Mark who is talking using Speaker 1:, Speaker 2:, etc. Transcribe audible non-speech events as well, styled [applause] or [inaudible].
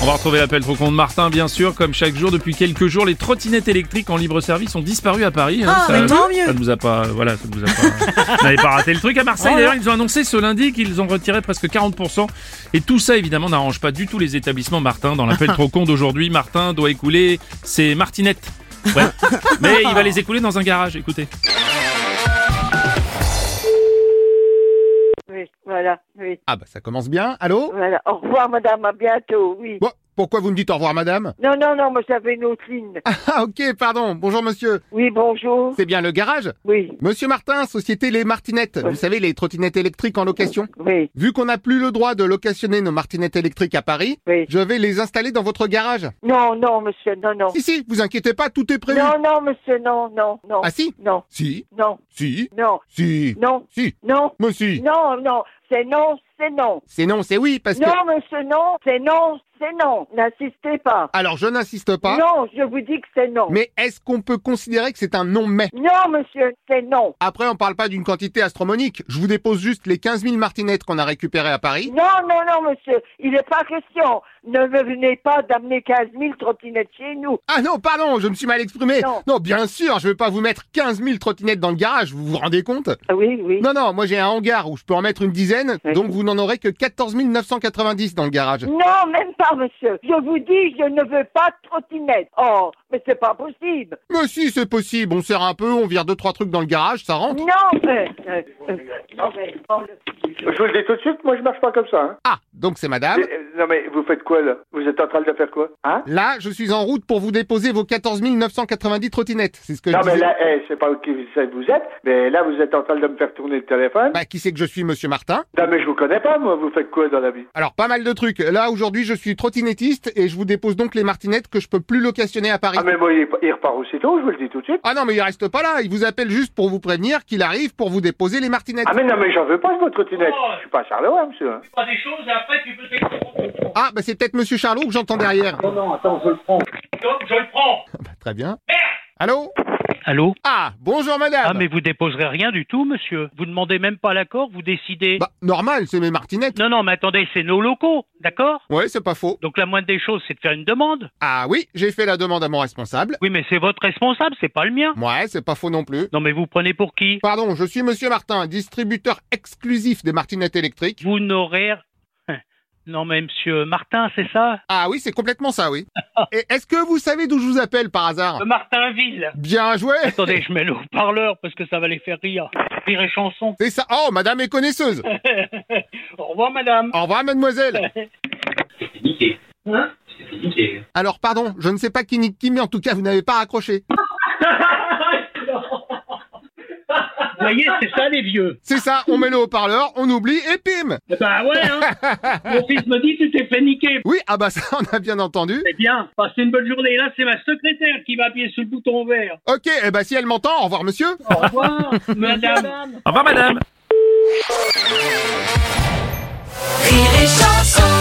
Speaker 1: On va retrouver l'appel trop con de Martin, bien sûr. Comme chaque jour, depuis quelques jours, les trottinettes électriques en libre service ont disparu à Paris. hein.
Speaker 2: Ah, mais tant mieux.
Speaker 1: Ça ne vous a pas, voilà, ça ne vous a pas, [laughs] vous n'avez pas raté le truc. À Marseille, d'ailleurs, ils ont annoncé ce lundi qu'ils ont retiré presque 40%. Et tout ça, évidemment, n'arrange pas du tout les établissements Martin.
Speaker 2: [laughs]
Speaker 1: Dans l'appel trop con d'aujourd'hui, Martin doit écouler ses martinettes.
Speaker 2: [laughs]
Speaker 1: Ouais. Mais il va les écouler dans un garage. Écoutez.
Speaker 3: Oui, voilà, oui,
Speaker 4: Ah bah ça commence bien. Allô
Speaker 3: voilà. Au revoir, madame, à bientôt, oui.
Speaker 4: Bon, Pourquoi vous me dites au revoir madame
Speaker 3: Non, non, non, moi j'avais une autre ligne.
Speaker 4: Ah ok, pardon. Bonjour monsieur.
Speaker 3: Oui, bonjour.
Speaker 4: C'est bien le garage
Speaker 3: Oui,
Speaker 4: Monsieur Martin, société Les Martinettes. Vous savez, les trottinettes électriques en location.
Speaker 3: oui,
Speaker 4: Vu qu'on n'a plus le droit de locationner nos martinettes électriques à Paris,
Speaker 3: oui.
Speaker 4: je vais les installer dans votre garage.
Speaker 3: Non, non, monsieur, non, non.
Speaker 4: Si, si, vous inquiétez pas, tout est prévu.
Speaker 3: Non, non, monsieur, non, non, non.
Speaker 4: Ah si
Speaker 3: Non,
Speaker 4: Si,
Speaker 3: non,
Speaker 4: si,
Speaker 3: non,
Speaker 4: si,
Speaker 3: non,
Speaker 4: si,
Speaker 3: non,
Speaker 4: mais si.
Speaker 3: non, non, c'est non, c'est non.
Speaker 4: C'est non, c'est oui, parce que...
Speaker 3: Non, monsieur, non, c'est non, c'est non. N'insistez pas.
Speaker 4: Alors je n'insiste Ah, pas,
Speaker 3: Non, je vous dis que c'est non.
Speaker 4: mais est-ce qu'on peut considérer que c'est un non mais
Speaker 3: Non, monsieur, c'est non.
Speaker 4: Après, on parle pas d'une quantité astronomique. Je vous dépose juste les 15 000 martinettes qu'on a récupérées à Paris.
Speaker 3: Non, non, non, monsieur, il n'est pas question. Ne me venez pas d'amener 15 000 trottinettes chez nous.
Speaker 4: Ah non, pardon, je me suis mal exprimé.
Speaker 3: Non.
Speaker 4: bien sûr, je vais pas vous mettre 15 000 trottinettes dans le garage, vous vous rendez compte
Speaker 3: Ah oui, oui.
Speaker 4: Non, non, moi j'ai un hangar où je peux en mettre une dizaine,
Speaker 3: Oui.
Speaker 4: donc vous n'en aurez que 14 990 dans le garage.
Speaker 3: Non, même pas, monsieur. Je vous dis, je ne veux pas de trottinette. Oh, mais c'est pas possible.
Speaker 4: Mais si, c'est possible, on serre un peu, on vire deux trois trucs dans le garage, ça rentre.
Speaker 3: Non, mais... euh, euh, non, mais- non,
Speaker 5: Je vous le dis tout de suite, moi je marche pas comme ça. hein.
Speaker 4: Ah, donc c'est madame.
Speaker 5: Euh, Non mais vous faites quoi là Vous êtes en train de faire quoi Hein
Speaker 4: Là, je suis en route pour vous déposer vos 14 990 trottinettes, c'est ce que
Speaker 5: Non
Speaker 4: je
Speaker 5: mais
Speaker 4: disais.
Speaker 5: là, eh, je sais pas qui vous êtes, mais là vous êtes en train de me faire tourner le téléphone.
Speaker 4: Bah, qui c'est que je suis, monsieur Martin
Speaker 5: Non mais je vous connais pas moi, vous faites quoi dans la vie
Speaker 4: Alors, pas mal de trucs. Là, aujourd'hui, je suis trottinettiste et je vous dépose donc les martinettes que je peux plus locationner à Paris.
Speaker 5: Ah mais moi il, il repart aussitôt, je vous le dis tout de suite.
Speaker 4: Ah non, mais il reste pas là. Il vous appelle juste pour vous prévenir qu'il arrive pour vous déposer les martinettes.
Speaker 5: Ah mais non mais j'en veux pas de votre trottinette.
Speaker 4: Oh.
Speaker 5: Je suis pas à Charleroi monsieur. hein.
Speaker 6: pas des choses et après tu peux t'écrire.
Speaker 4: Ah, bah c'est peut-être Monsieur Charlot que j'entends derrière.
Speaker 6: Donc je le prends.
Speaker 4: Bah, très bien. Allô
Speaker 7: Allô
Speaker 4: Ah, bonjour madame.
Speaker 7: Ah mais vous déposerez rien du tout, monsieur. Vous demandez même pas l'accord, vous décidez.
Speaker 4: Bah, normal, c'est mes martinettes.
Speaker 7: Non, non, mais attendez, c'est nos locaux, d'accord
Speaker 4: Ouais, c'est pas faux.
Speaker 7: Donc la moindre des choses, c'est de faire une demande.
Speaker 4: Ah oui, j'ai fait la demande à mon responsable.
Speaker 7: Oui, mais c'est votre responsable, c'est pas le mien.
Speaker 4: Ouais, c'est pas faux non plus.
Speaker 7: Non, mais vous prenez pour qui
Speaker 4: Pardon, je suis Monsieur Martin, distributeur exclusif des martinettes électriques.
Speaker 7: Vous n'aurez... [laughs] Non, mais monsieur Martin, c'est ça
Speaker 4: Ah oui, c'est complètement ça, oui. Et est-ce que vous savez d'où je vous appelle par hasard
Speaker 7: Le Euh, Martinville.
Speaker 4: Bien joué
Speaker 7: Attendez, je mets le haut-parleur parce que ça va les faire rire. Rire et chanson.
Speaker 4: C'est ça. Oh, madame est connaisseuse.
Speaker 7: [laughs] Au revoir, madame.
Speaker 4: Au revoir, mademoiselle.
Speaker 6: T'es niqué. Hein T'es niqué.
Speaker 4: Alors, pardon, je ne sais pas qui nique qui, mais en tout cas, vous n'avez pas raccroché.
Speaker 7: Vous voyez, c'est ça, les vieux.
Speaker 4: C'est ça, on met le haut-parleur, on oublie et pim
Speaker 7: Bah ouais, hein. Mon fils me dit, tu t'es fait niquer.
Speaker 4: Oui, ah bah ça, on a bien entendu.
Speaker 7: C'est bien, passez une bonne journée. Là, c'est ma secrétaire qui va appuyer sur le bouton vert.
Speaker 4: Ok, eh bah si elle m'entend, au revoir monsieur.
Speaker 7: Au revoir, madame.
Speaker 1: Au revoir, madame.
Speaker 2: Rire et chanson.